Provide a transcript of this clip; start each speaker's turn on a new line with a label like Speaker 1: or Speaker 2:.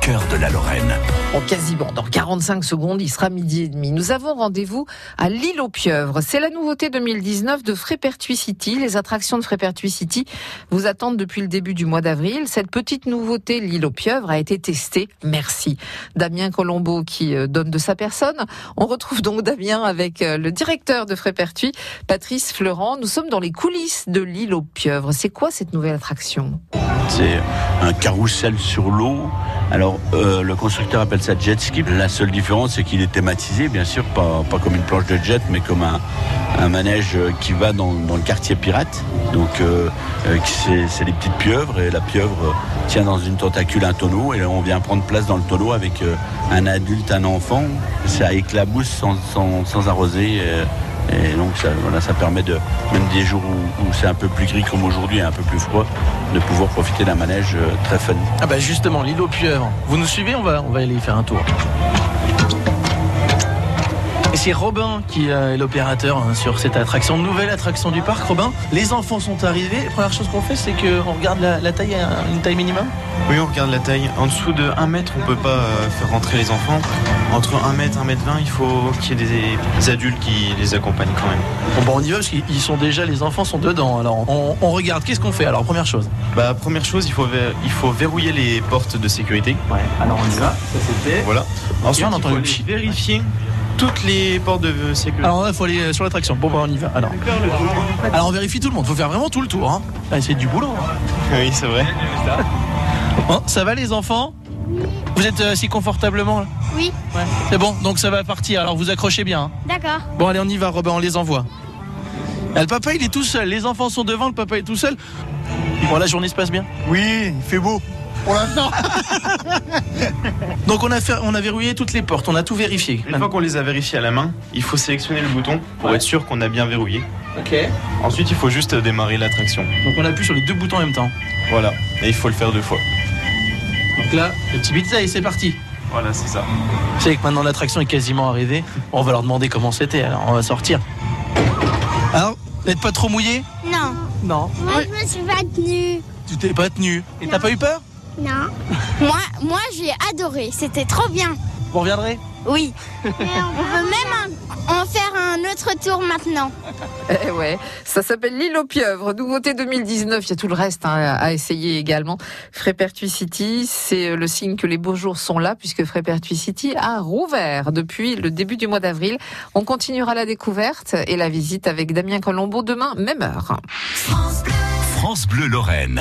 Speaker 1: cœur de la Lorraine.
Speaker 2: Bon, quasiment, dans 45 secondes, il sera midi et demi. Nous avons rendez-vous à l'île aux pieuvres. C'est la nouveauté 2019 de Frépertuis City. Les attractions de Frépertuis City vous attendent depuis le début du mois d'avril. Cette petite nouveauté, l'île aux pieuvres, a été testée. Merci. Damien Colombo qui euh, donne de sa personne. On retrouve donc Damien avec euh, le directeur de Frépertuis, Patrice Fleurant. Nous sommes dans les coulisses de l'île aux pieuvres. C'est quoi cette nouvelle attraction
Speaker 1: C'est un carrousel sur l'eau. Alors, euh, le constructeur appelle ça jet ski. La seule différence, c'est qu'il est thématisé, bien sûr, pas, pas comme une planche de jet, mais comme un, un manège euh, qui va dans, dans le quartier pirate. Donc, euh, euh, qui- c'est c'est les petites pieuvres, et la pieuvre euh, tient dans une tentacule un tonneau, et on vient prendre place dans le tonneau avec euh, un adulte, un enfant. Ça éclabousse sans, sans, sans arroser. euh, et donc ça, voilà, ça permet de, même des jours où, où c'est un peu plus gris comme aujourd'hui et un peu plus froid, de pouvoir profiter d'un manège euh, très fun.
Speaker 3: Ah bah justement, l'île aux pieuvres. Vous nous suivez on va, on va aller y faire un tour. Et c'est Robin qui euh, est l'opérateur hein, sur cette attraction, nouvelle attraction du parc. Robin, les enfants sont arrivés. Première chose qu'on fait, c'est qu'on regarde la, la taille, à une taille minimum.
Speaker 4: Oui, on regarde la taille. En dessous de 1 mètre, on peut pas euh, faire rentrer les enfants. Entre 1 mètre, 1 mètre 20, il faut qu'il y ait des- des adultes qui les accompagnent quand même.
Speaker 3: Bon, bah, on y va parce qu'ils sont déjà, les enfants sont dedans. Alors on, on regarde, qu'est-ce qu'on fait Alors première chose.
Speaker 4: Bah, première chose, il faut, ver- il faut verrouiller les portes de sécurité.
Speaker 3: Ouais, alors on y va. Ça c'était.
Speaker 4: Voilà. Ensuite,
Speaker 3: on
Speaker 4: il
Speaker 3: entend
Speaker 4: faut
Speaker 3: le
Speaker 4: aller
Speaker 3: chi.
Speaker 4: vérifier toutes les portes de sécurité.
Speaker 3: Alors là, faut aller euh, sur l'attraction. Bon, bah on y va. Alors, alors on vérifie tout le monde. Faut faire vraiment tout le tour. Hein. Ah, c'est du boulot. hein.
Speaker 4: Oui, c'est vrai.
Speaker 3: Bon, ça va les enfants Vous êtes euh, si confortablement là
Speaker 5: Oui,
Speaker 3: C'est bon, donc ça va partir. Alors vous accrochez bien. hein.
Speaker 5: d'accord.
Speaker 3: Bon, allez, on y va, Robin, on les envoie. Ah, le papa, il est tout seul. Les enfants sont devant, le papa est tout seul. Bon, la journée se passe bien.
Speaker 6: Oui, il fait beau. Pour l'instant.
Speaker 3: Donc on a, fait, on a verrouillé toutes les portes, on a tout vérifié.
Speaker 4: Une fois qu'on les a vérifiés à la main, il faut sélectionner le bouton pour
Speaker 3: Ouais.
Speaker 4: être sûr qu'on a bien verrouillé.
Speaker 3: Ok.
Speaker 4: Ensuite, il faut juste euh, démarrer l'attraction.
Speaker 3: Donc on appuie sur les deux boutons en même temps.
Speaker 4: Voilà. Et il faut le faire deux fois.
Speaker 3: Donc là, le petit pizza, et c'est parti.
Speaker 4: Voilà, c'est ça.
Speaker 3: Vous savez que maintenant l'attraction est quasiment arrivée. On va leur demander comment c'était, alors on va sortir. Alors, vous n'êtes pas trop mouillé
Speaker 5: Non,
Speaker 3: Non.
Speaker 5: moi je me suis pas tenue.
Speaker 3: Tu t'es pas tenu. Et t'as pas eu peur
Speaker 5: Non. Moi, moi j'ai adoré, c'était trop bien.
Speaker 3: Vous reviendrez
Speaker 5: Oui. Mais on peut même en, en faire un autre tour maintenant.
Speaker 2: Eh ouais, ça s'appelle l'île aux pieuvres, nouveauté 2019, il y a tout le reste hein, à essayer également. Frépertuis City, c'est le signe que les beaux jours sont là puisque Frépertuis City a rouvert depuis le début du mois d'avril. On continuera la découverte et la visite avec Damien Colombo demain, même heure.
Speaker 1: France Bleu Lorraine.